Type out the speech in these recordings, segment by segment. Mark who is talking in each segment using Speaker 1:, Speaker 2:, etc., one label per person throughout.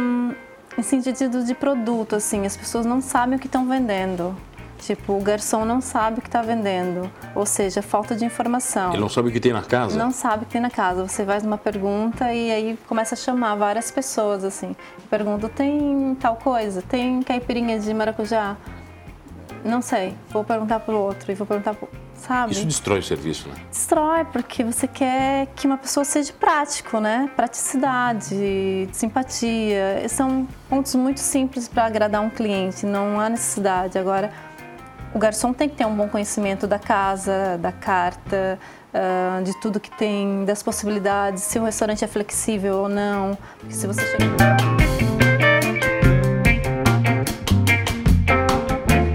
Speaker 1: um, assim, sentido de produto, assim, as pessoas não sabem o que estão vendendo. Tipo, o garçom não sabe o que está vendendo, ou seja, falta de informação.
Speaker 2: Ele não sabe o que tem na casa?
Speaker 1: Não sabe o que tem na casa. Você faz uma pergunta e aí começa a chamar várias pessoas, assim. Pergunta, tem tal coisa? Tem caipirinha de maracujá? Não sei. Vou perguntar pro outro e vou perguntar pro... Sabe?
Speaker 2: Isso destrói o serviço, né?
Speaker 1: Destrói, porque você quer que uma pessoa seja prático, né? Praticidade, simpatia. São pontos muito simples para agradar um cliente, não há necessidade. Agora, o garçom tem que ter um bom conhecimento da casa, da carta, ah, de tudo que tem, das possibilidades, se o restaurante é flexível ou não. Porque se você chega...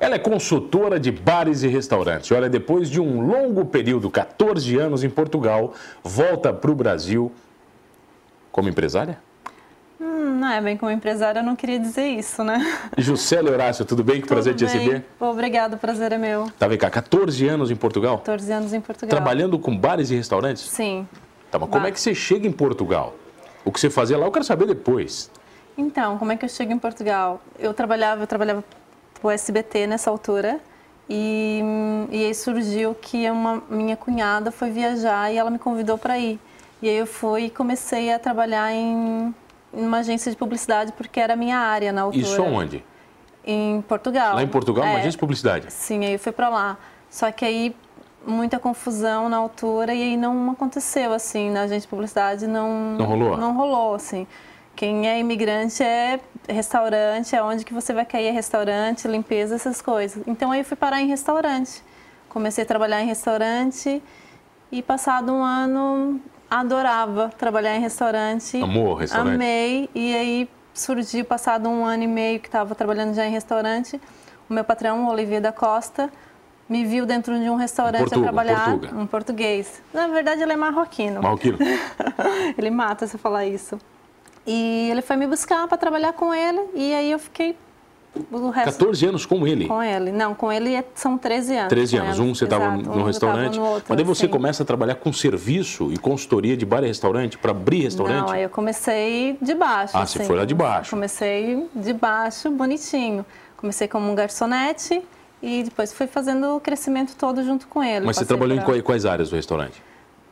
Speaker 2: Ela é consultora de bares e restaurantes. Olha, depois de um longo período, 14 anos em Portugal, volta para o Brasil como empresária?
Speaker 1: Hum, não é bem como empresária, eu não queria dizer isso, né?
Speaker 2: Juscelia Horácio, tudo bem? Que
Speaker 1: Tudo
Speaker 2: prazer te
Speaker 1: bem?
Speaker 2: receber.
Speaker 1: Obrigado, o prazer é meu.
Speaker 2: Tá vem cá, 14 anos em Portugal?
Speaker 1: 14 anos em Portugal.
Speaker 2: Trabalhando com bares e restaurantes?
Speaker 1: Sim.
Speaker 2: Tá, mas como
Speaker 1: Ba-
Speaker 2: é que você chega em Portugal? O que você fazia lá, eu quero saber depois.
Speaker 1: Então, como é que eu chego em Portugal? Eu trabalhava, eu trabalhava pro SBT nessa altura e, hum, e aí surgiu que uma minha cunhada foi viajar e ela me convidou para ir. E aí eu fui e comecei a trabalhar em em uma agência de publicidade porque era a minha área na altura.
Speaker 2: Isso aonde?
Speaker 1: Em Portugal.
Speaker 2: Lá em Portugal, uma
Speaker 1: É.
Speaker 2: agência de publicidade.
Speaker 1: Sim, aí eu fui pra lá. Só que aí muita confusão na altura e aí não aconteceu assim, na gente de publicidade não
Speaker 2: Não rolou?
Speaker 1: Não rolou assim. Quem é imigrante é restaurante, é onde que você vai cair é restaurante, limpeza, essas coisas. Então aí eu fui parar em restaurante. Comecei a trabalhar em restaurante e passado um ano adorava trabalhar em restaurante.
Speaker 2: Amor, restaurante.
Speaker 1: Amei. E aí surgiu, passado um ano e meio que estava trabalhando já em restaurante, o meu patrão, o Olivier da Costa, me viu dentro de um restaurante
Speaker 2: Um portu- um
Speaker 1: a trabalhar.
Speaker 2: portuga.
Speaker 1: Um português. Na verdade, ele é marroquino.
Speaker 2: Marroquino.
Speaker 1: ele mata se eu falar isso. E ele foi me buscar para trabalhar com ele e aí eu fiquei o resto
Speaker 2: 14 anos com ele.
Speaker 1: com ele. Não, com ele é- são 13 anos.
Speaker 2: 13
Speaker 1: com
Speaker 2: anos.
Speaker 1: ele.
Speaker 2: Um você estava
Speaker 1: Exato, um eu
Speaker 2: no
Speaker 1: tava
Speaker 2: restaurante.
Speaker 1: no outro, assim.
Speaker 2: mas daí você
Speaker 1: sim.
Speaker 2: começa a trabalhar com serviço e consultoria de bar e restaurante, para abrir restaurante.
Speaker 1: Não, aí eu comecei de baixo. assim.
Speaker 2: Ah, você foi lá de baixo.
Speaker 1: Comecei de baixo, bonitinho. Comecei como um garçonete e depois fui fazendo o crescimento todo junto com ele.
Speaker 2: Mas você
Speaker 1: Passei
Speaker 2: trabalhou em
Speaker 1: pra-
Speaker 2: quais- quais áreas do restaurante?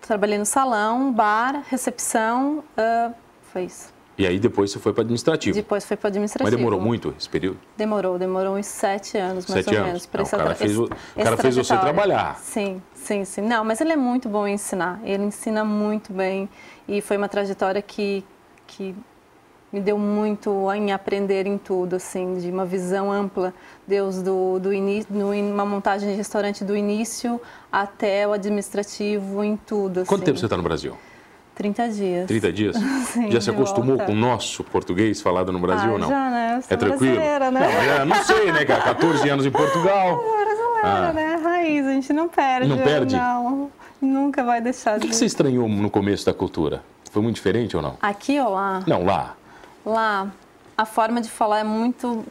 Speaker 1: Trabalhei no salão, bar, recepção, ah, foi isso.
Speaker 2: E aí depois você foi para administrativo.
Speaker 1: Depois foi para
Speaker 2: Mas
Speaker 1: administrativo.
Speaker 2: demorou muito esse período?
Speaker 1: Demorou, demorou uns sete anos, mais
Speaker 2: Sete
Speaker 1: ou
Speaker 2: anos?
Speaker 1: menos. pra
Speaker 2: Não, o
Speaker 1: essa
Speaker 2: cara
Speaker 1: tra-
Speaker 2: fez o- o
Speaker 1: essa
Speaker 2: cara fez você
Speaker 1: trajetória.
Speaker 2: trabalhar.
Speaker 1: Sim, sim, sim. Não, mas ele é muito bom em ensinar. Ele ensina muito bem e foi uma trajetória que, que me deu muito em aprender em tudo, assim, de uma visão ampla, Deus do, do início, uma montagem de restaurante do início até o administrativo, em tudo, assim.
Speaker 2: Quanto tempo você está no Brasil?
Speaker 1: 30 dias.
Speaker 2: 30 dias?
Speaker 1: Sim,
Speaker 2: já
Speaker 1: de
Speaker 2: se acostumou
Speaker 1: volta.
Speaker 2: com o nosso português falado no Brasil
Speaker 1: Ah,
Speaker 2: ou não?
Speaker 1: já, né? Eu sou
Speaker 2: É tranquilo?
Speaker 1: brasileira, né?
Speaker 2: Não, mas, é, não sei, né, cara? 14 anos em Portugal.
Speaker 1: brasileira,
Speaker 2: Ah.
Speaker 1: né? Raiz, a gente não perde.
Speaker 2: Não perde?
Speaker 1: Não, nunca vai deixar
Speaker 2: O que
Speaker 1: de...
Speaker 2: que você estranhou no começo da cultura? Foi muito diferente ou não?
Speaker 1: Aqui ou lá?
Speaker 2: Não, lá.
Speaker 1: Lá, a forma de falar é muito...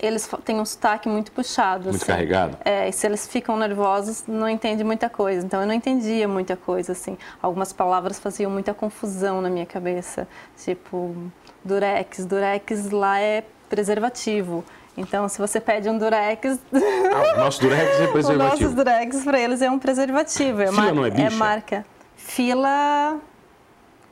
Speaker 1: Eles fa- têm um sotaque muito puxado.
Speaker 2: Muito
Speaker 1: assim.
Speaker 2: carregado.
Speaker 1: É, e se eles ficam nervosos, não entende muita coisa. Então, eu não entendia muita coisa, assim. Algumas palavras faziam muita confusão na minha cabeça. Tipo, durex. Durex lá é preservativo. Então, se você pede um durex,
Speaker 2: Ah, o nosso durex é
Speaker 1: Os nossos
Speaker 2: preservativo.
Speaker 1: drags para eles é um preservativo. É
Speaker 2: Fila
Speaker 1: mar-
Speaker 2: não é bicha?
Speaker 1: marca. Fila.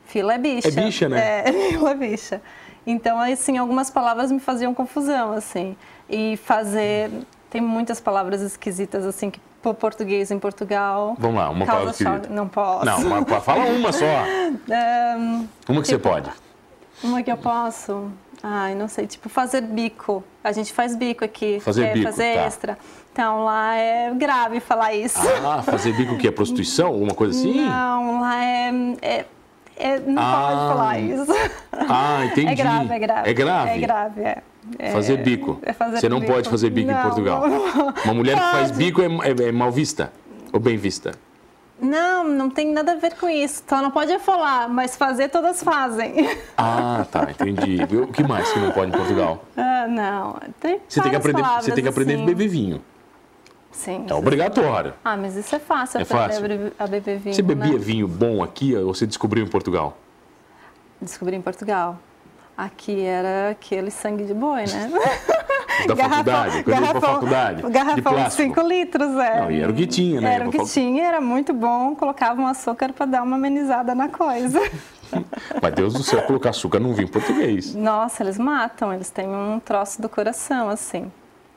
Speaker 1: Fila é bicha.
Speaker 2: É bicha, né?
Speaker 1: É, fila é bicha. Então, assim, algumas palavras me faziam confusão, assim. E fazer. Tem muitas palavras esquisitas, assim, que pro português em Portugal.
Speaker 2: Vamos lá, uma
Speaker 1: causa
Speaker 2: palavra
Speaker 1: choque.
Speaker 2: esquisita.
Speaker 1: Não posso.
Speaker 2: Não, mas pa- fala uma só.
Speaker 1: Ahn,
Speaker 2: Uma é que você pode.
Speaker 1: uma que eu posso. Ai, não sei. Tipo, fazer bico. A gente faz bico aqui.
Speaker 2: Fazer
Speaker 1: é,
Speaker 2: bico,
Speaker 1: Fazer
Speaker 2: tá.
Speaker 1: extra. Então, lá é grave falar isso.
Speaker 2: Ah, fazer bico que é prostituição? Alguma coisa assim?
Speaker 1: Não, lá é. é, é- não
Speaker 2: Ah.
Speaker 1: pode falar isso.
Speaker 2: Ah, entendi.
Speaker 1: É grave, é grave.
Speaker 2: É grave?
Speaker 1: É grave, é.
Speaker 2: Fazer bico.
Speaker 1: é fazer
Speaker 2: Você não
Speaker 1: bico.
Speaker 2: pode fazer bico em
Speaker 1: Não,
Speaker 2: Portugal.
Speaker 1: não.
Speaker 2: Uma mulher que faz
Speaker 1: Pode.
Speaker 2: bico é, é- é mal vista ou bem vista.
Speaker 1: Não, não tem nada a ver com isso. Só não pode falar, mas fazer todas fazem.
Speaker 2: Ah, tá, entendi. E O que mais que não pode em Portugal?
Speaker 1: Ah, não, tem
Speaker 2: Você tem que
Speaker 1: várias
Speaker 2: aprender, você
Speaker 1: palavras,
Speaker 2: tem que aprender
Speaker 1: assim.
Speaker 2: a beber vinho.
Speaker 1: Sim.
Speaker 2: É obrigatório.
Speaker 1: Ah, mas isso é fácil,
Speaker 2: É
Speaker 1: aprender
Speaker 2: fácil?
Speaker 1: a beber- a beber vinho,
Speaker 2: Você bebia
Speaker 1: né?
Speaker 2: vinho bom aqui ou você descobriu em Portugal?
Speaker 1: Descobri em Portugal. Aqui era aquele sangue de boi, né?
Speaker 2: Da faculdade? Quando eu ia pra faculdade? de
Speaker 1: Garrafão de
Speaker 2: plástico.
Speaker 1: 5 litros, é.
Speaker 2: Não, e era o que tinha, né?
Speaker 1: Era o que tinha, era muito bom. Colocava um açúcar para dar uma amenizada na coisa.
Speaker 2: Mas Deus do céu, colocar açúcar num vinho português.
Speaker 1: Nossa, eles matam, eles têm um troço do coração, assim.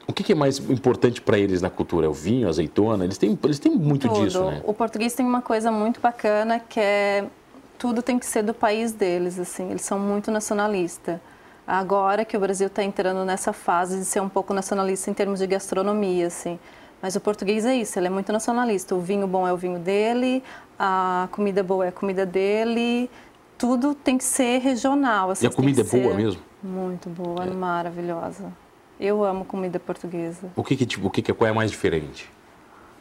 Speaker 2: O que que é mais importante para eles na cultura? É o vinho, a azeitona? Eles têm, eles têm muito
Speaker 1: Tudo.
Speaker 2: disso, né?
Speaker 1: O português tem uma coisa muito bacana que é tudo tem que ser do país deles, assim. Eles são muito nacionalista. Agora que o Brasil está entrando nessa fase de ser um pouco nacionalista em termos de gastronomia, assim. Mas o português é isso, ele é muito nacionalista. O vinho bom é o vinho dele, a comida boa é a comida dele. Tudo tem que ser regional. assim,
Speaker 2: E a
Speaker 1: tem
Speaker 2: comida é
Speaker 1: que
Speaker 2: boa
Speaker 1: ser
Speaker 2: mesmo? É.
Speaker 1: Muito boa, maravilhosa. Eu amo comida portuguesa.
Speaker 2: O que que, tipo, o que que, qual é a mais diferente?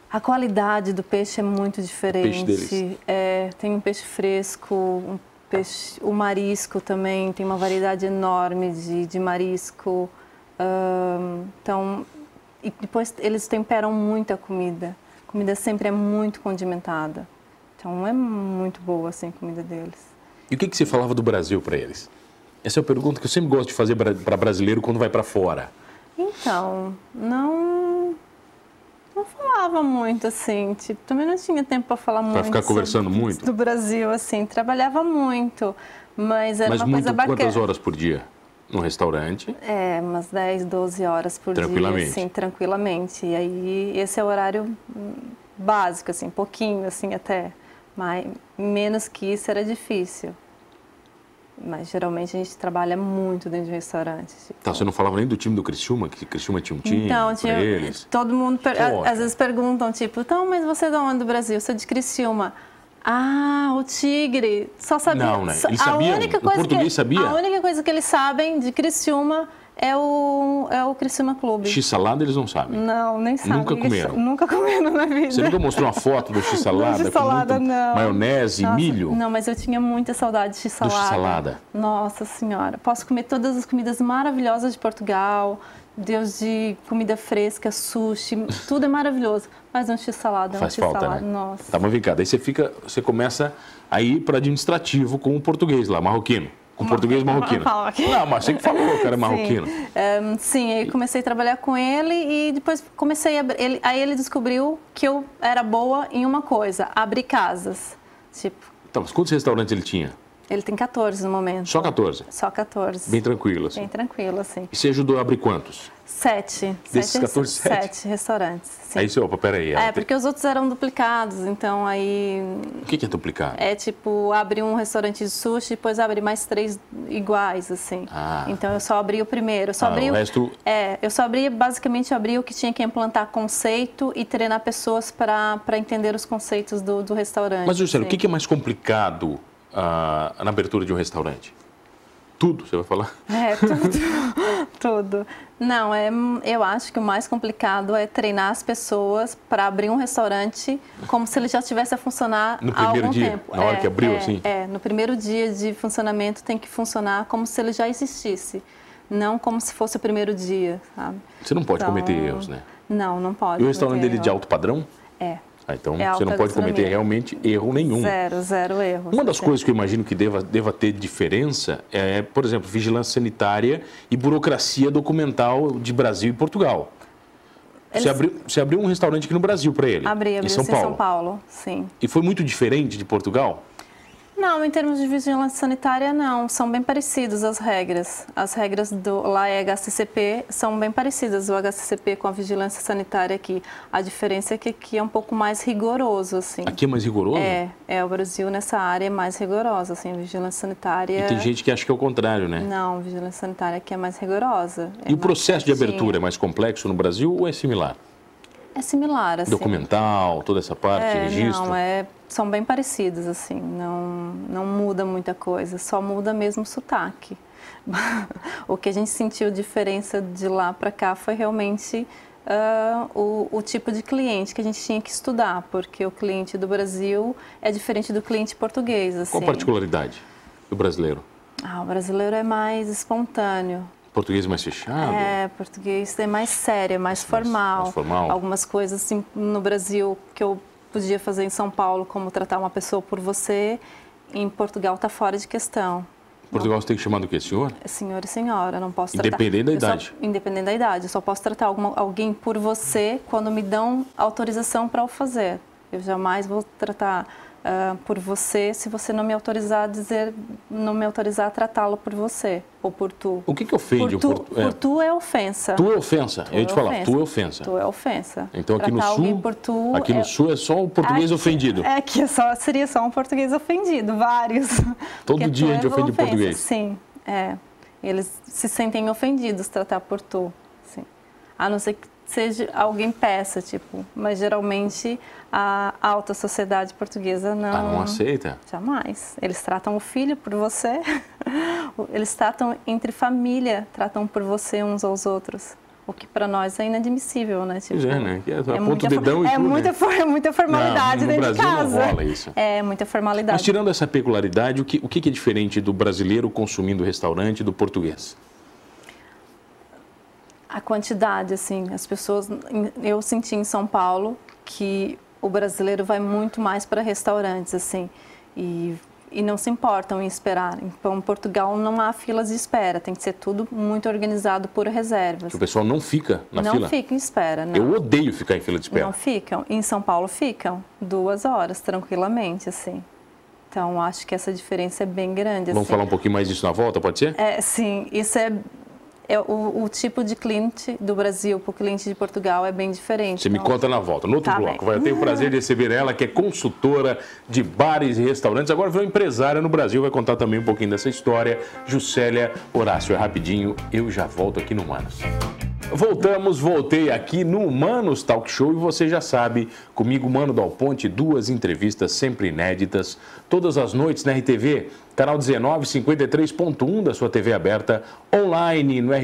Speaker 1: A qualidade do peixe é muito diferente.
Speaker 2: deles.
Speaker 1: É, tem um peixe fresco, um peixe, o marisco também tem uma variedade enorme de, de marisco. Ahn, então, e depois eles temperam muito a comida. A comida sempre é muito condimentada. Então é muito boa assim a comida deles.
Speaker 2: E o que que você falava do Brasil para eles? Essa é uma pergunta que eu sempre gosto de fazer para brasileiro quando vai para fora.
Speaker 1: Então, não não falava muito assim, tipo, também não tinha tempo para falar muito.
Speaker 2: ficar conversando
Speaker 1: sobre-
Speaker 2: muito?
Speaker 1: Do Brasil assim, trabalhava muito, mas era
Speaker 2: Mas
Speaker 1: É uma
Speaker 2: muito
Speaker 1: coisa bacana.
Speaker 2: quantas horas por dia? Num restaurante?
Speaker 1: É, umas 10, 12 horas por
Speaker 2: Tranquilamente.
Speaker 1: dia, assim, tranquilamente. E aí esse é o horário hum, básico assim, pouquinho assim até, mas menos que isso era difícil. Mas geralmente a gente trabalha muito dentro de um restaurante. tipo,
Speaker 2: Tá, você não falava nem do time do Criciúma, que Criciúma tinha um time
Speaker 1: Então,
Speaker 2: pra
Speaker 1: tinha,
Speaker 2: eles.
Speaker 1: todo mundo, per-
Speaker 2: Pô.
Speaker 1: às vezes perguntam, tipo, então, mas você é de onde do Brasil? Sou de Criciúma. Ah, o tigre. Só sabia.
Speaker 2: Não, né?
Speaker 1: só-
Speaker 2: Eles
Speaker 1: a
Speaker 2: sabiam?
Speaker 1: única
Speaker 2: O
Speaker 1: coisa que,
Speaker 2: português sabia?
Speaker 1: A única coisa que eles sabem de Criciúma é o, é o Criciúma Clube.
Speaker 2: X-salada eles não sabem.
Speaker 1: Não, nem sabem.
Speaker 2: Nunca comeram.
Speaker 1: Nunca comeram na vida.
Speaker 2: Você nunca mostrou uma foto do
Speaker 1: Não,
Speaker 2: X-salada com
Speaker 1: x-salada,
Speaker 2: muito
Speaker 1: não.
Speaker 2: maionese,
Speaker 1: Nossa,
Speaker 2: milho?
Speaker 1: Não, mas eu tinha muita saudade de
Speaker 2: Do
Speaker 1: x-salada.
Speaker 2: x-salada.
Speaker 1: Nossa senhora. Posso comer todas as comidas maravilhosas de Portugal. Deus de comida fresca, sushi, tudo é maravilhoso. Mas um x-salada, um
Speaker 2: Faz falta,
Speaker 1: x-salada.
Speaker 2: né?
Speaker 1: Nossa.
Speaker 2: Tá, mas vem cá, daí você fica, você começa a ir para administrativo com o português lá, marroquino. Com o português marroquino.
Speaker 1: fala aqui.
Speaker 2: Não, mas você que falou, o cara é marroquino.
Speaker 1: Sim. Ehm, sim, aí comecei a trabalhar com ele e depois comecei a. abri- Ele, aí ele descobriu que eu era boa em uma coisa: abrir casas. Tipo,
Speaker 2: Tá, mas quantos restaurantes ele tinha?
Speaker 1: ele tem 14 no momento.
Speaker 2: Só 14.
Speaker 1: Só 14.
Speaker 2: Bem tranquilo, assim.
Speaker 1: Bem tranquilo, assim.
Speaker 2: E você ajudou a abrir quantos?
Speaker 1: Sete.
Speaker 2: Desses
Speaker 1: sete,
Speaker 2: 14, sete?
Speaker 1: sete restaurantes. Sim.
Speaker 2: Aí você, opa, peraí.
Speaker 1: É,
Speaker 2: ela tem-
Speaker 1: porque os outros eram duplicados, então aí
Speaker 2: O que que é duplicar?
Speaker 1: é tipo, abre um restaurante de sushi, depois abre mais três iguais, assim.
Speaker 2: Ah.
Speaker 1: Então eu só abri o primeiro. Eu só
Speaker 2: Ah,
Speaker 1: abri
Speaker 2: o resto-
Speaker 1: É, eu só abri, basicamente, eu abri o que tinha que implantar conceito e treinar pessoas para entender os conceitos do, do restaurante.
Speaker 2: Mas, Luciano, o
Speaker 1: assim.
Speaker 2: que que é mais complicado ah, na abertura de um restaurante? Tudo, você vai falar?
Speaker 1: É, tudo. tudo. Não, é, eu acho que o mais complicado é treinar as pessoas para abrir um restaurante como se ele já estivesse a funcionar
Speaker 2: No
Speaker 1: há
Speaker 2: primeiro
Speaker 1: algum
Speaker 2: dia?
Speaker 1: tempo.
Speaker 2: Na hora
Speaker 1: É,
Speaker 2: que abriu,
Speaker 1: é,
Speaker 2: assim?
Speaker 1: É, no primeiro dia de funcionamento tem que funcionar como se ele já existisse, não como se fosse o primeiro dia, sabe?
Speaker 2: Você não pode
Speaker 1: Então,
Speaker 2: cometer erros, né?
Speaker 1: Não, não pode.
Speaker 2: E o restaurante
Speaker 1: cometer
Speaker 2: dele de
Speaker 1: erro.
Speaker 2: alto padrão?
Speaker 1: É,
Speaker 2: Ah, então
Speaker 1: É
Speaker 2: você não
Speaker 1: alta
Speaker 2: pode cometer
Speaker 1: gastronomia.
Speaker 2: realmente erro nenhum.
Speaker 1: zero, zero erro.
Speaker 2: Um. Uma das coisas que eu imagino que deva, deva ter diferença é, por exemplo, vigilância sanitária e burocracia documental de Brasil e Portugal.
Speaker 1: Eles-
Speaker 2: Você, abriu, você abriu um restaurante aqui no Brasil para ele,
Speaker 1: Abri, abri
Speaker 2: em São
Speaker 1: sim,
Speaker 2: Paulo.
Speaker 1: São Paulo, sim.
Speaker 2: E foi muito diferente de Portugal?
Speaker 1: Não, em termos de vigilância sanitária, não. São bem parecidas as regras. As regras do lá é HCCP são bem parecidas o HCCP com a vigilância sanitária aqui. A diferença é que aqui é um pouco mais rigoroso, assim.
Speaker 2: Aqui é mais rigoroso?
Speaker 1: É, é o Brasil nessa área é mais rigorosa, assim, a vigilância sanitária.
Speaker 2: E tem gente que acha que é o contrário, né?
Speaker 1: Não, a vigilância sanitária aqui é mais rigorosa. é
Speaker 2: E o
Speaker 1: mais
Speaker 2: processo de
Speaker 1: certinho.
Speaker 2: abertura é mais complexo no Brasil ou é similar?
Speaker 1: é similar, assim.
Speaker 2: Documental, toda essa parte,
Speaker 1: É,
Speaker 2: registro.
Speaker 1: não, é, são bem parecidos, assim, não, não muda muita coisa, só muda mesmo o sotaque. o que a gente sentiu diferença de lá para cá foi realmente ah, o, o tipo de cliente que a gente tinha que estudar, porque o cliente do Brasil é diferente do cliente português, assim.
Speaker 2: Qual a particularidade do brasileiro?
Speaker 1: Ah, o brasileiro é mais espontâneo,
Speaker 2: Português mais fechado?
Speaker 1: é, português é mais sério, é mais
Speaker 2: mais-
Speaker 1: formal.
Speaker 2: mais formal.
Speaker 1: Algumas coisas assim, no Brasil que eu podia fazer em São Paulo, como tratar uma pessoa por você, em Portugal tá fora de questão.
Speaker 2: Portugal você tem que chamar do quê, senhor?
Speaker 1: É Senhor e senhora, não posso tratar.
Speaker 2: Independente da
Speaker 1: Eu só-
Speaker 2: idade.
Speaker 1: independente da idade. Eu só posso tratar alguma- alguém por você quando me dão autorização para o fazer. Eu jamais vou tratar ah, por você se você não me autorizar a dizer, não me autorizar a tratá-lo por você ou por tu.
Speaker 2: O que que ofende?
Speaker 1: Por tu,
Speaker 2: o portu- é,
Speaker 1: por tu é ofensa.
Speaker 2: tua ofensa. eu ia te falar, tua ofensa.
Speaker 1: Tu é ofensa.
Speaker 2: Então aqui no
Speaker 1: Tratar alguém
Speaker 2: sul,
Speaker 1: por tu
Speaker 2: aqui
Speaker 1: é-
Speaker 2: no sul é só o português
Speaker 1: Aqui-
Speaker 2: ofendido.
Speaker 1: É que só, seria só um português ofendido, vários. Porque
Speaker 2: dia
Speaker 1: tu
Speaker 2: a gente
Speaker 1: é ofensa,
Speaker 2: ofende português.
Speaker 1: Sim, é. Eles se sentem ofendidos tratar por tu, sim. A não ser que seja alguém peça, tipo. Mas geralmente a alta sociedade portuguesa não...
Speaker 2: Ah, não aceita?
Speaker 1: Jamais. Eles tratam o filho por você. Eles tratam entre família, tratam por você uns aos outros. O que para nós é inadmissível, né? Tipo,
Speaker 2: Pois é, né? Que é- aponta o
Speaker 1: muita
Speaker 2: dedão
Speaker 1: for-
Speaker 2: e
Speaker 1: é
Speaker 2: tudo, né?
Speaker 1: muita, for- é muita formalidade
Speaker 2: Não, no
Speaker 1: dentro
Speaker 2: Brasil
Speaker 1: de
Speaker 2: não
Speaker 1: casa.
Speaker 2: rola isso.
Speaker 1: É, muita
Speaker 2: Mas
Speaker 1: formalidade.
Speaker 2: tirando essa peculiaridade, o que, o que que é diferente do brasileiro consumindo restaurante e do português?
Speaker 1: A quantidade, assim, as pessoas. em- Eu senti em São Paulo que o brasileiro vai muito mais para restaurantes, assim, e, e não se importam em esperar. Então, em Portugal não há filas de espera, tem que ser tudo muito organizado por reservas.
Speaker 2: Que o pessoal não fica na
Speaker 1: não
Speaker 2: fila?
Speaker 1: fica em espera, não.
Speaker 2: Eu odeio ficar em fila de espera.
Speaker 1: Não ficam. Em São Paulo ficam duas horas, tranquilamente, assim. Então, acho que essa diferença é bem grande.
Speaker 2: Vamos
Speaker 1: assim.
Speaker 2: falar um pouquinho mais disso na volta, pode ser?
Speaker 1: É, sim, isso é. é o, o tipo de cliente do Brasil para o cliente de Portugal é bem diferente.
Speaker 2: Você me
Speaker 1: Então,
Speaker 2: conta na volta, no outro
Speaker 1: Tá
Speaker 2: bloco.
Speaker 1: bem.
Speaker 2: Vai, eu tenho o prazer de receber ela, que é consultora de bares e restaurantes. Agora virou empresária no Brasil, vai contar também um pouquinho dessa história. Juscelia Horácio, é rapidinho, eu já volto aqui no Humanos. Voltamos, voltei aqui no Humanos Talk Show e você já sabe, comigo, Mano Dal Ponte, duas entrevistas sempre inéditas, todas as noites na RTV, canal 19, 53.1 da sua TV aberta, online no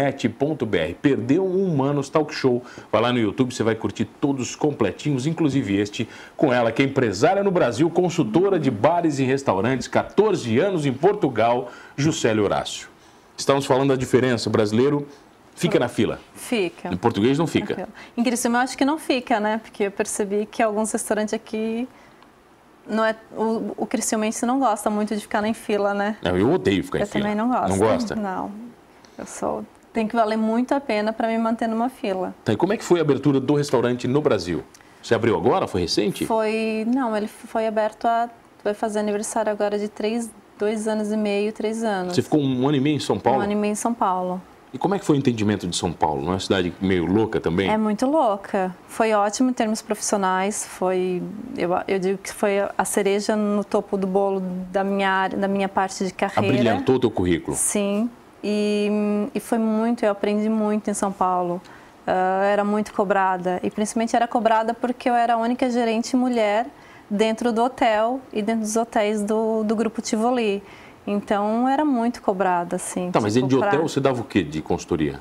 Speaker 2: rtv.net.br. Perdeu um Humanos Talk Show? Vai lá no YouTube, você vai curtir todos completinhos, inclusive este, com ela, que é empresária no Brasil, consultora de bares e restaurantes, 14 anos em Portugal, Juscelio Horácio. Estamos falando da diferença brasileiro Fica na fila.
Speaker 1: Fica.
Speaker 2: Em português não fica.
Speaker 1: Tranquilo. Em Criciúma eu acho que não fica, né? Porque eu percebi que alguns restaurantes aqui. Não é, o, o criciumense não gosta muito de ficar na fila, né?
Speaker 2: Não, eu odeio ficar em
Speaker 1: Eu
Speaker 2: fila.
Speaker 1: também não gosto.
Speaker 2: Não gosta?
Speaker 1: Não. Eu sou. Tem que valer muito a pena para me manter numa fila.
Speaker 2: Tá, e como é que foi a abertura do restaurante no Brasil? Você abriu agora? Foi recente?
Speaker 1: Foi. Não, ele foi aberto a. Vai fazer aniversário agora de três, dois anos e meio, três anos.
Speaker 2: Você ficou um ano e meio em São
Speaker 1: Um
Speaker 2: Paulo?
Speaker 1: ano e meio em São Paulo.
Speaker 2: E como é que foi o entendimento de São Paulo? Não é uma cidade meio louca também?
Speaker 1: É muito louca. Foi ótimo em termos profissionais. Foi, eu, eu digo que foi a cereja no topo do bolo da minha área, da minha parte de
Speaker 2: Ah,
Speaker 1: carreira.
Speaker 2: Abrilhantou o teu currículo.
Speaker 1: Sim. E, e foi muito. Eu aprendi muito em São Paulo. Ah, era muito cobrada e principalmente era cobrada porque eu era a única gerente mulher dentro do hotel e dentro dos hotéis do, do grupo Tivoli. Então era muito cobrada, assim.
Speaker 2: Tá, mas
Speaker 1: tipo,
Speaker 2: dentro de
Speaker 1: pra-
Speaker 2: hotel você dava o quê de consultoria?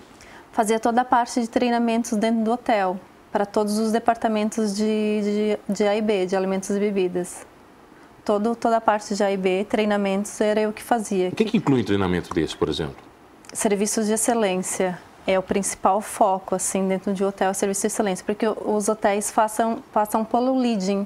Speaker 1: fazia toda a parte de treinamentos dentro do hotel, para todos os departamentos de, de, de A e B, de alimentos e bebidas. Todo, toda a parte de A e B, treinamentos, era eu que fazia.
Speaker 2: O que, que inclui um treinamento desse, por exemplo?
Speaker 1: Serviços de excelência é o principal foco, assim, dentro de hotel, é serviço de excelência, porque os hotéis façam, passam pelo leading,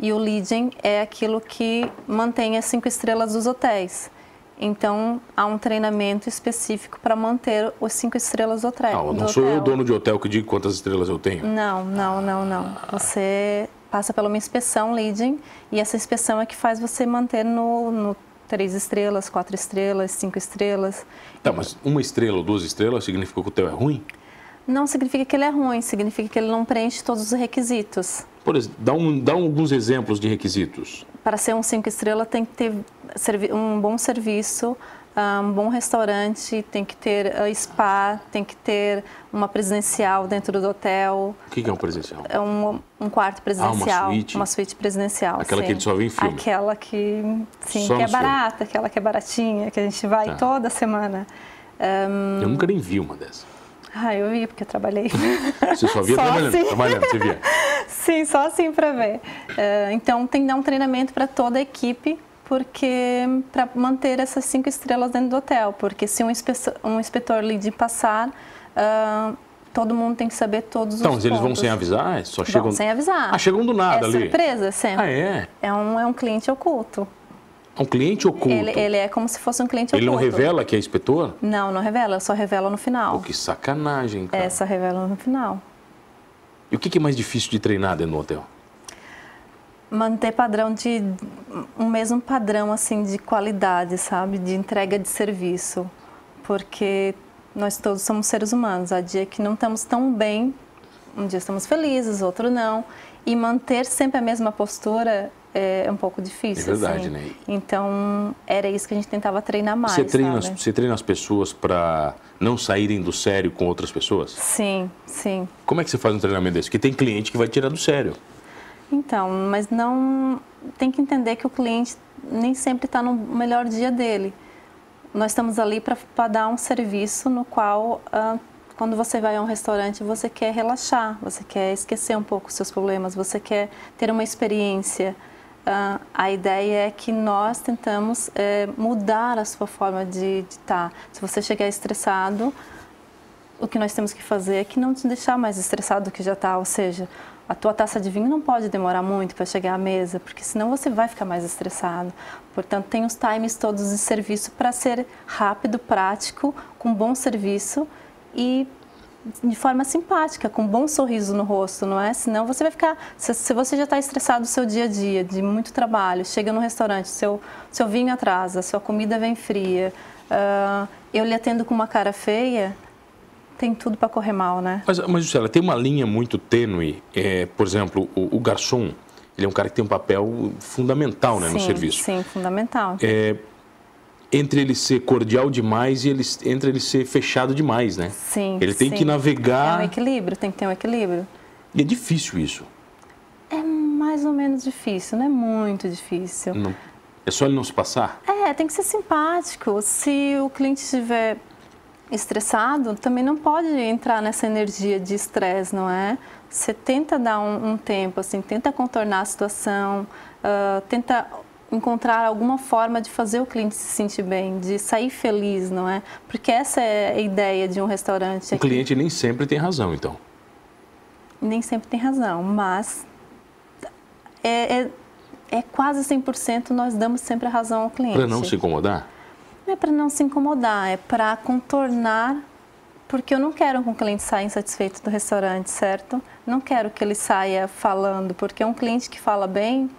Speaker 1: e o leading é aquilo que mantém as cinco estrelas dos hotéis. Então, há um treinamento específico para manter os cinco estrelas do hotel.
Speaker 2: Não,
Speaker 1: É, do
Speaker 2: não sou eu
Speaker 1: hotel.
Speaker 2: Ah,
Speaker 1: Hum.
Speaker 2: o dono de hotel que digo quantas estrelas eu tenho.
Speaker 1: Não, não, não, não. Você passa por uma inspeção leading e essa inspeção é que faz você manter no, no três estrelas, quatro estrelas, cinco estrelas.
Speaker 2: Tá, mas uma estrela ou duas estrelas significa que o hotel é ruim?
Speaker 1: Não significa que ele é ruim, significa que ele não preenche todos os requisitos.
Speaker 2: Por exemplo, dá, um, dá alguns exemplos de requisitos.
Speaker 1: Para ser um cinco estrelas tem que ter servi- um bom serviço, ah, um bom restaurante, tem que ter ah, spa, tem que ter uma presidencial dentro do hotel,
Speaker 2: O que que é um presencial?
Speaker 1: é um, um quarto presidencial,
Speaker 2: suíte?
Speaker 1: presidencial.
Speaker 2: Aquela que
Speaker 1: sim.
Speaker 2: a gente só vê em filme.
Speaker 1: Aquela que, sim,
Speaker 2: Só
Speaker 1: que é
Speaker 2: nos filmes.
Speaker 1: barata, aquela que é baratinha, que a gente vai
Speaker 2: Tá.
Speaker 1: toda semana. Ahm,
Speaker 2: Eu nunca nem vi uma dessas.
Speaker 1: ah, eu ia porque eu trabalhei.
Speaker 2: Você só via
Speaker 1: Só
Speaker 2: trabalhando,
Speaker 1: assim.
Speaker 2: trabalhando, você via.
Speaker 1: Sim, só assim para ver. Eh, então tem que dar um treinamento para toda a equipe, porque para manter essas cinco estrelas dentro do hotel, porque se um, inspetor- um inspetor lhe passar, ah, todo mundo tem que saber todos
Speaker 2: Então,
Speaker 1: os
Speaker 2: mas eles vão
Speaker 1: pontos.
Speaker 2: sem avisar? Ah, Só
Speaker 1: Vão
Speaker 2: chegam...
Speaker 1: sem avisar.
Speaker 2: Ah, chegam do nada
Speaker 1: é
Speaker 2: ali.
Speaker 1: surpresa sempre.
Speaker 2: Ah, é?
Speaker 1: é. um, é um cliente oculto.
Speaker 2: É um cliente oculto.
Speaker 1: Ele, ele é como se fosse um cliente
Speaker 2: Ele não
Speaker 1: oculto.
Speaker 2: revela que é inspetor?
Speaker 1: Não, não revela, só revela no final.
Speaker 2: Pô, que tá. sacanagem, cara.
Speaker 1: É, só revela no final.
Speaker 2: E o que que é mais difícil de treinar dentro do hotel?
Speaker 1: manter padrão de um mesmo padrão assim de qualidade, sabe, de entrega de serviço, porque nós todos somos seres humanos. Há dia que não estamos tão bem, um dia estamos felizes, outro não, e manter sempre a mesma postura é um pouco difícil.
Speaker 2: É verdade,
Speaker 1: assim.
Speaker 2: né?
Speaker 1: Então era isso que a gente tentava treinar mais.
Speaker 2: você, treina,
Speaker 1: sabe?
Speaker 2: as- você treina as pessoas pra não saírem do sério com outras pessoas?
Speaker 1: Sim, sim.
Speaker 2: Como é que você faz um treinamento desse? Porque tem cliente que vai tirar do sério.
Speaker 1: Então, mas não tem que entender que o cliente nem sempre está no melhor dia dele. Nós estamos ali para dar um serviço no qual, ah, quando você vai a um restaurante, você quer relaxar, você quer esquecer um pouco os seus problemas, você quer ter uma experiência. Ah, a ideia é que nós tentamos eh, mudar a sua forma de estar. Se você chegar estressado, o que nós temos que fazer é que não te deixar mais estressado do que já está, ou seja, a tua taça de vinho não pode demorar muito para chegar à mesa, porque senão você vai ficar mais estressado. Portanto, tem os times todos de serviço para ser rápido, prático, com bom serviço e de forma simpática, com um bom sorriso no rosto, não é? Senão você vai ficar. Se, se você já está estressado do seu dia a dia, de muito trabalho, chega no restaurante, seu, seu vinho atrasa, sua comida vem fria, ah, eu lhe atendo com uma cara feia, tem tudo para correr mal, né?
Speaker 2: Mas, mas Lucela, tem uma linha muito tênue. é, por exemplo, o, o garçom, ele é um cara que tem um papel fundamental né, no
Speaker 1: sim,
Speaker 2: serviço. É,
Speaker 1: Sim, fundamental.
Speaker 2: Entre ele ser cordial demais e ele, entre ele ser fechado demais, né?
Speaker 1: Sim.
Speaker 2: Ele tem
Speaker 1: sim.
Speaker 2: que
Speaker 1: É um
Speaker 2: navegar.
Speaker 1: equilíbrio, tem que ter um equilíbrio.
Speaker 2: E é difícil isso.
Speaker 1: É mais ou menos difícil, não é muito difícil.
Speaker 2: Não- é só ele não se passar?
Speaker 1: É, tem que ser simpático. Se o cliente estiver estressado, também não pode entrar nessa energia de estresse, não é? Você tenta dar um, um tempo, assim, tenta contornar a situação, ah, tenta encontrar alguma forma de fazer o cliente se sentir bem, de sair feliz, não é? Porque essa é a ideia de um restaurante. é
Speaker 2: O
Speaker 1: que
Speaker 2: cliente nem sempre tem razão, então.
Speaker 1: nem sempre tem razão, mas é, é, é quase 100% nós damos sempre a razão ao cliente.
Speaker 2: Para não se incomodar?
Speaker 1: Não é para não se incomodar, é para contornar, porque eu não quero que um cliente saia insatisfeito do restaurante, certo? Não quero que ele saia falando, porque um cliente que fala bem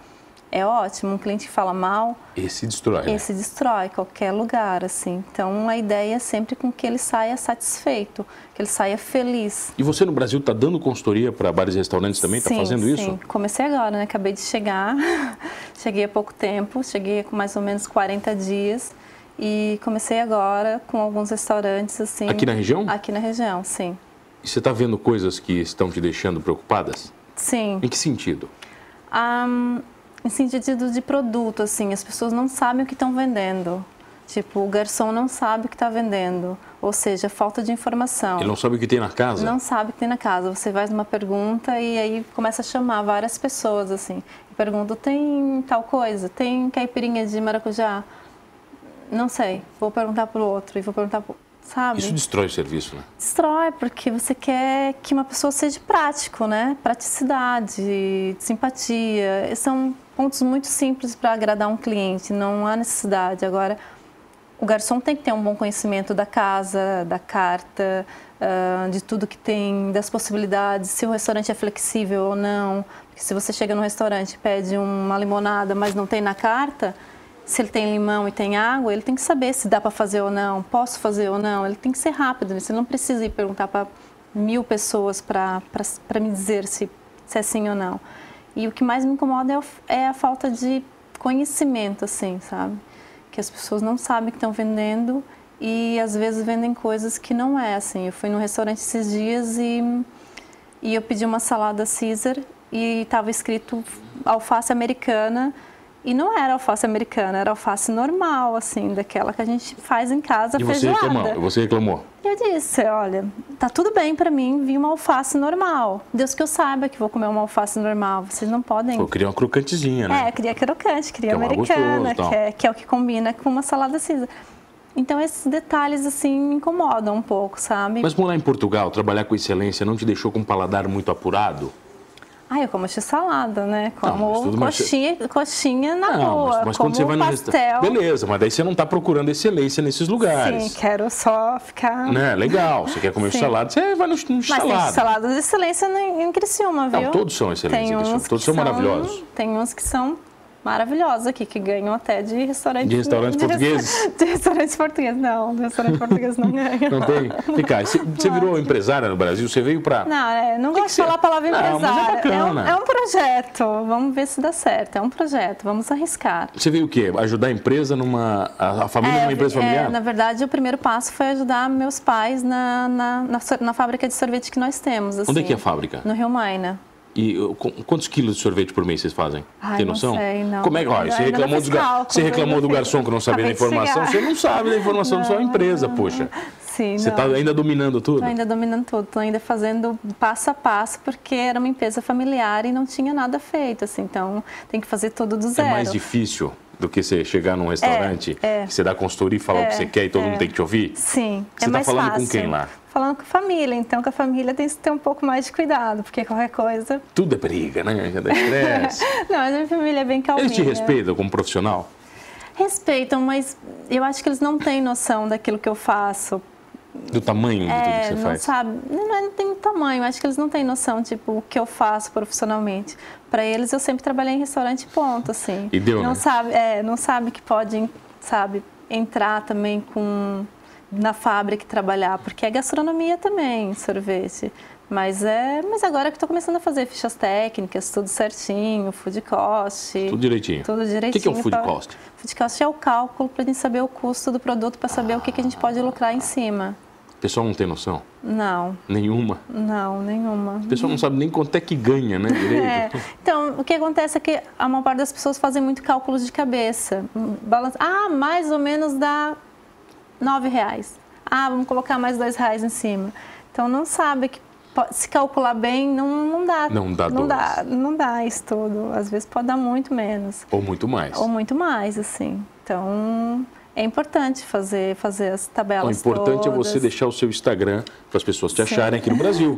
Speaker 1: é ótimo, um cliente que fala mal,
Speaker 2: Esse destrói. né?
Speaker 1: esse destrói qualquer lugar, assim. Então, a ideia é sempre com que ele saia satisfeito, que ele saia feliz.
Speaker 2: E você no Brasil está dando consultoria para bares e restaurantes também? Está
Speaker 1: Sim,
Speaker 2: fazendo
Speaker 1: Sim,
Speaker 2: isso?
Speaker 1: comecei agora, né? Acabei de chegar. cheguei há pouco tempo, cheguei com mais ou menos 40 dias. E comecei agora com alguns restaurantes, assim.
Speaker 2: Aqui na região?
Speaker 1: Aqui na região, sim.
Speaker 2: E você está vendo coisas que estão te deixando preocupadas?
Speaker 1: Sim.
Speaker 2: Em que sentido?
Speaker 1: Ahn, em sentido de produto, assim, as pessoas não sabem o que estão vendendo. Tipo, o garçom não sabe o que está vendendo. Ou seja, falta de informação.
Speaker 2: Ele não sabe o que tem na casa?
Speaker 1: não sabe o que tem na casa. Você faz uma pergunta e aí começa a chamar várias pessoas, assim. E pergunta, tem tal coisa? Tem caipirinha de maracujá? Não sei. Vou perguntar pro outro e vou perguntar pro... Sabe?
Speaker 2: Isso destrói o serviço, né?
Speaker 1: Destrói, porque você quer que uma pessoa seja prático, né? Praticidade, simpatia. Esses São pontos muito simples para agradar um cliente, não há necessidade. Agora, o garçom tem que ter um bom conhecimento da casa, da carta, ah, de tudo que tem, das possibilidades, se o restaurante é flexível ou não. Porque se você chega num restaurante e pede uma limonada, mas não tem na carta, se ele tem limão e tem água, ele tem que saber se dá para fazer ou não, posso fazer ou não. Ele tem que ser rápido, né? você não precisa ir perguntar para mil pessoas para me dizer se, se é sim ou não. E o que mais me incomoda é, o- é a falta de conhecimento, assim, sabe? que as pessoas não sabem que estão vendendo e às vezes vendem coisas que não é assim. Eu fui num restaurante esses dias e, e eu pedi uma salada Caesar e estava escrito alface americana e não era alface americana, era alface normal, assim, daquela que a gente faz em casa,
Speaker 2: E você
Speaker 1: feijoada.
Speaker 2: reclamou, você reclamou.
Speaker 1: Eu disse, olha, tá tudo bem pra mim vir uma alface normal. Deus que eu saiba que vou comer uma alface normal, vocês não podem.
Speaker 2: Eu queria uma crocantezinha,
Speaker 1: É,
Speaker 2: né?
Speaker 1: cria crocante, cria
Speaker 2: Que é mais gostoso,
Speaker 1: americana,
Speaker 2: então.
Speaker 1: que, é, que é o que combina com uma salada cinza. Então esses detalhes assim me incomodam um pouco, sabe?
Speaker 2: Mas morar em Portugal, trabalhar com excelência, não te deixou com um paladar muito apurado?
Speaker 1: Ah, eu como salada, né?
Speaker 2: Não, Tá, mas
Speaker 1: Como
Speaker 2: tudo, mas você-
Speaker 1: coxinha, coxinha na rua,
Speaker 2: mas, mas
Speaker 1: como
Speaker 2: quando você vai no
Speaker 1: pastel.
Speaker 2: restaurante. Beleza, mas daí você não tá procurando excelência nesses lugares.
Speaker 1: Sim, quero só ficar...
Speaker 2: Né? Legal, você quer comer
Speaker 1: Sim.
Speaker 2: salada, você vai no, no
Speaker 1: Mas tem
Speaker 2: salada.
Speaker 1: saladas de excelência em em Criciúma,
Speaker 2: Não,
Speaker 1: viu?
Speaker 2: todos são excelentes em
Speaker 1: Tem
Speaker 2: Criciúma,
Speaker 1: uns que
Speaker 2: todos são maravilhosos.
Speaker 1: Tem uns que são maravilhosos aqui, que ganham até de restaurante...
Speaker 2: De restaurantes
Speaker 1: de resta-
Speaker 2: portugueses?
Speaker 1: De restaurantes portugueses, não. De restaurante português não ganha.
Speaker 2: Não tem? Vem cá, você, você virou empresária no Brasil, você veio pra.
Speaker 1: Não, é, não gosto
Speaker 2: que
Speaker 1: de
Speaker 2: ser-
Speaker 1: falar a palavra
Speaker 2: Não, mas é
Speaker 1: empresária. um-
Speaker 2: bacana.
Speaker 1: é um projeto. Vamos ver se dá certo. É um projeto. Vamos arriscar.
Speaker 2: Você veio o quê? Ajudar a empresa numa. A, a família
Speaker 1: É,
Speaker 2: numa empresa
Speaker 1: é,
Speaker 2: familiar?
Speaker 1: na verdade, o primeiro passo foi ajudar meus pais na, na, na, sor- na fábrica de sorvete que nós temos.
Speaker 2: Onde é
Speaker 1: assim,
Speaker 2: que é a fábrica?
Speaker 1: No Rio Maina.
Speaker 2: E uh, qu- quantos quilos de sorvete por mês vocês fazem?
Speaker 1: Ai,
Speaker 2: Tem
Speaker 1: não
Speaker 2: noção?
Speaker 1: sei, não.
Speaker 2: Como é que. Olha, você
Speaker 1: Ainda não
Speaker 2: reclamou,
Speaker 1: fiz
Speaker 2: do, gar-
Speaker 1: cálculo,
Speaker 2: você reclamou
Speaker 1: ainda
Speaker 2: do
Speaker 1: não
Speaker 2: garçom
Speaker 1: fiz.
Speaker 2: que não sabia da
Speaker 1: Acabei de
Speaker 2: informação,
Speaker 1: chegar.
Speaker 2: você não sabe da informação da sua empresa, poxa.
Speaker 1: Sim,
Speaker 2: Você tá
Speaker 1: não.
Speaker 2: está ainda dominando tudo?
Speaker 1: Tô ainda dominando tudo, tô ainda fazendo passo a passo, porque era uma empresa familiar e não tinha nada feito, assim, então tem que fazer tudo do
Speaker 2: É
Speaker 1: zero.
Speaker 2: mais difícil do que você chegar num restaurante,
Speaker 1: é.
Speaker 2: que você dá consultoria e falar o que você quer e todo mundo tem que te ouvir?
Speaker 1: Sim,
Speaker 2: Você
Speaker 1: é
Speaker 2: tá
Speaker 1: mais
Speaker 2: falando com
Speaker 1: fácil.
Speaker 2: quem lá?
Speaker 1: Falando com a família, então com a família tem que ter um pouco mais de cuidado, porque qualquer coisa...
Speaker 2: Tudo é briga, né? Já dá estresse.
Speaker 1: Não, mas a minha família é bem calminha.
Speaker 2: Eles te respeitam como profissional?
Speaker 1: Respeitam, mas eu acho que eles não têm noção daquilo que eu faço.
Speaker 2: Do tamanho de tudo que
Speaker 1: É,
Speaker 2: você
Speaker 1: não
Speaker 2: faz?
Speaker 1: sabe, não, é- não tem tamanho, acho que eles não têm noção, tipo, o que eu faço profissionalmente. Para eles, eu sempre trabalhei em restaurante ponto, assim.
Speaker 2: E deu,
Speaker 1: não
Speaker 2: né?
Speaker 1: sabe, é, não sabe que pode, sabe, entrar também com na fábrica e trabalhar, porque é gastronomia também, sorvete. Mas é, mas agora que estou começando a fazer fichas técnicas, tudo certinho, food cost.
Speaker 2: Tudo direitinho.
Speaker 1: Tudo direitinho.
Speaker 2: O que que é um food
Speaker 1: pra-
Speaker 2: cost?
Speaker 1: Food cost é o cálculo para a gente saber o custo do produto, para saber o que, que a gente pode lucrar em cima.
Speaker 2: O pessoal não tem noção
Speaker 1: Não,
Speaker 2: nenhuma.
Speaker 1: não, nenhuma.
Speaker 2: O pessoal não sabe nem quanto é que ganha, né? Direito.
Speaker 1: É, Então, o que acontece é que a maior parte das pessoas fazem muito cálculos de cabeça. Hum, Balança. Ah, mais ou menos dá nove reais. Ah, vamos colocar mais dois reais em cima. Então, não sabe que po- se calcular bem, não, não dá.
Speaker 2: Não dá
Speaker 1: não
Speaker 2: dois.
Speaker 1: dá, não dá isso tudo. Às vezes pode dar muito menos.
Speaker 2: Ou muito mais.
Speaker 1: Ou muito mais, assim. Então, é importante fazer, fazer as
Speaker 2: o
Speaker 1: tabelas
Speaker 2: importante é você
Speaker 1: todas.
Speaker 2: deixar o seu Instagram para as pessoas te
Speaker 1: Sim.
Speaker 2: acharem aqui no Brasil.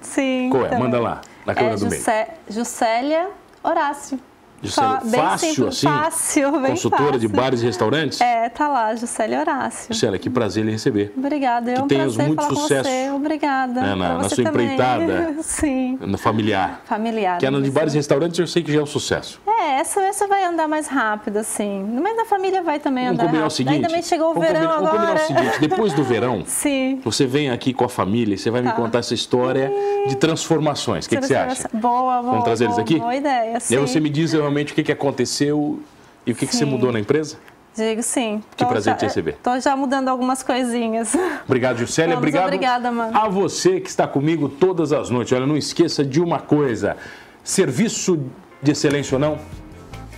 Speaker 1: Sim.
Speaker 2: Qual é?
Speaker 1: também.
Speaker 2: Manda lá, na câmera
Speaker 1: é,
Speaker 2: do meio.
Speaker 1: Jusce- Juscelia Horácio.
Speaker 2: Juscelia,
Speaker 1: Só- bem
Speaker 2: fácil
Speaker 1: simples,
Speaker 2: assim?
Speaker 1: Fácil, bem
Speaker 2: Consultora
Speaker 1: fácil.
Speaker 2: de bares e restaurantes?
Speaker 1: É, tá lá, Juscelia Horácio.
Speaker 2: Célia, que prazer lhe receber.
Speaker 1: Obrigada, é
Speaker 2: Que
Speaker 1: um
Speaker 2: tenhas
Speaker 1: prazer
Speaker 2: muito
Speaker 1: falar
Speaker 2: sucesso,
Speaker 1: com você. Obrigada.
Speaker 2: né, na-
Speaker 1: Pra
Speaker 2: na
Speaker 1: você
Speaker 2: sua
Speaker 1: também.
Speaker 2: empreitada.
Speaker 1: Sim,
Speaker 2: No familiar.
Speaker 1: familiar.
Speaker 2: Que é na de
Speaker 1: né?
Speaker 2: bares e restaurantes eu sei que já é um sucesso.
Speaker 1: É, essa, essa vai andar mais rápido, assim. Mas a família vai também
Speaker 2: Vamos
Speaker 1: andar
Speaker 2: combinar o
Speaker 1: rápido.
Speaker 2: seguinte.
Speaker 1: Aí também chegou o
Speaker 2: vamos
Speaker 1: verão
Speaker 2: combinar,
Speaker 1: agora.
Speaker 2: Vamos combinar o seguinte: depois do verão,
Speaker 1: Sim. Tá.
Speaker 2: você vem aqui com a família e você vai me contar essa história de transformações. O que, que você acha?
Speaker 1: Boa, boa.
Speaker 2: Vamos trazer eles
Speaker 1: boa,
Speaker 2: aqui?
Speaker 1: Boa ideia, sim.
Speaker 2: E aí você me diz realmente o que, que aconteceu e o que, que você
Speaker 1: Sim.
Speaker 2: mudou na empresa?
Speaker 1: Digo sim.
Speaker 2: Que
Speaker 1: Tô
Speaker 2: prazer
Speaker 1: já-
Speaker 2: te receber.
Speaker 1: Tô já mudando algumas coisinhas.
Speaker 2: Obrigado, Juscelia.
Speaker 1: Vamos,
Speaker 2: Obrigado
Speaker 1: obrigada, mano.
Speaker 2: a você que está comigo todas as noites. Olha, não esqueça de uma coisa: serviço de excelência ou não,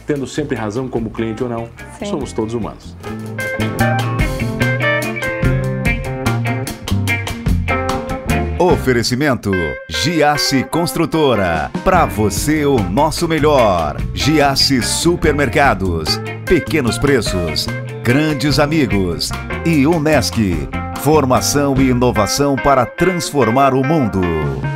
Speaker 2: tendo sempre razão como cliente ou não,
Speaker 1: Sim.
Speaker 2: somos todos humanos.
Speaker 3: Oferecimento Giasse Construtora. Para você o nosso melhor. Giasse Supermercados. Pequenos preços, grandes amigos e Unesc. Formação e inovação para transformar o mundo.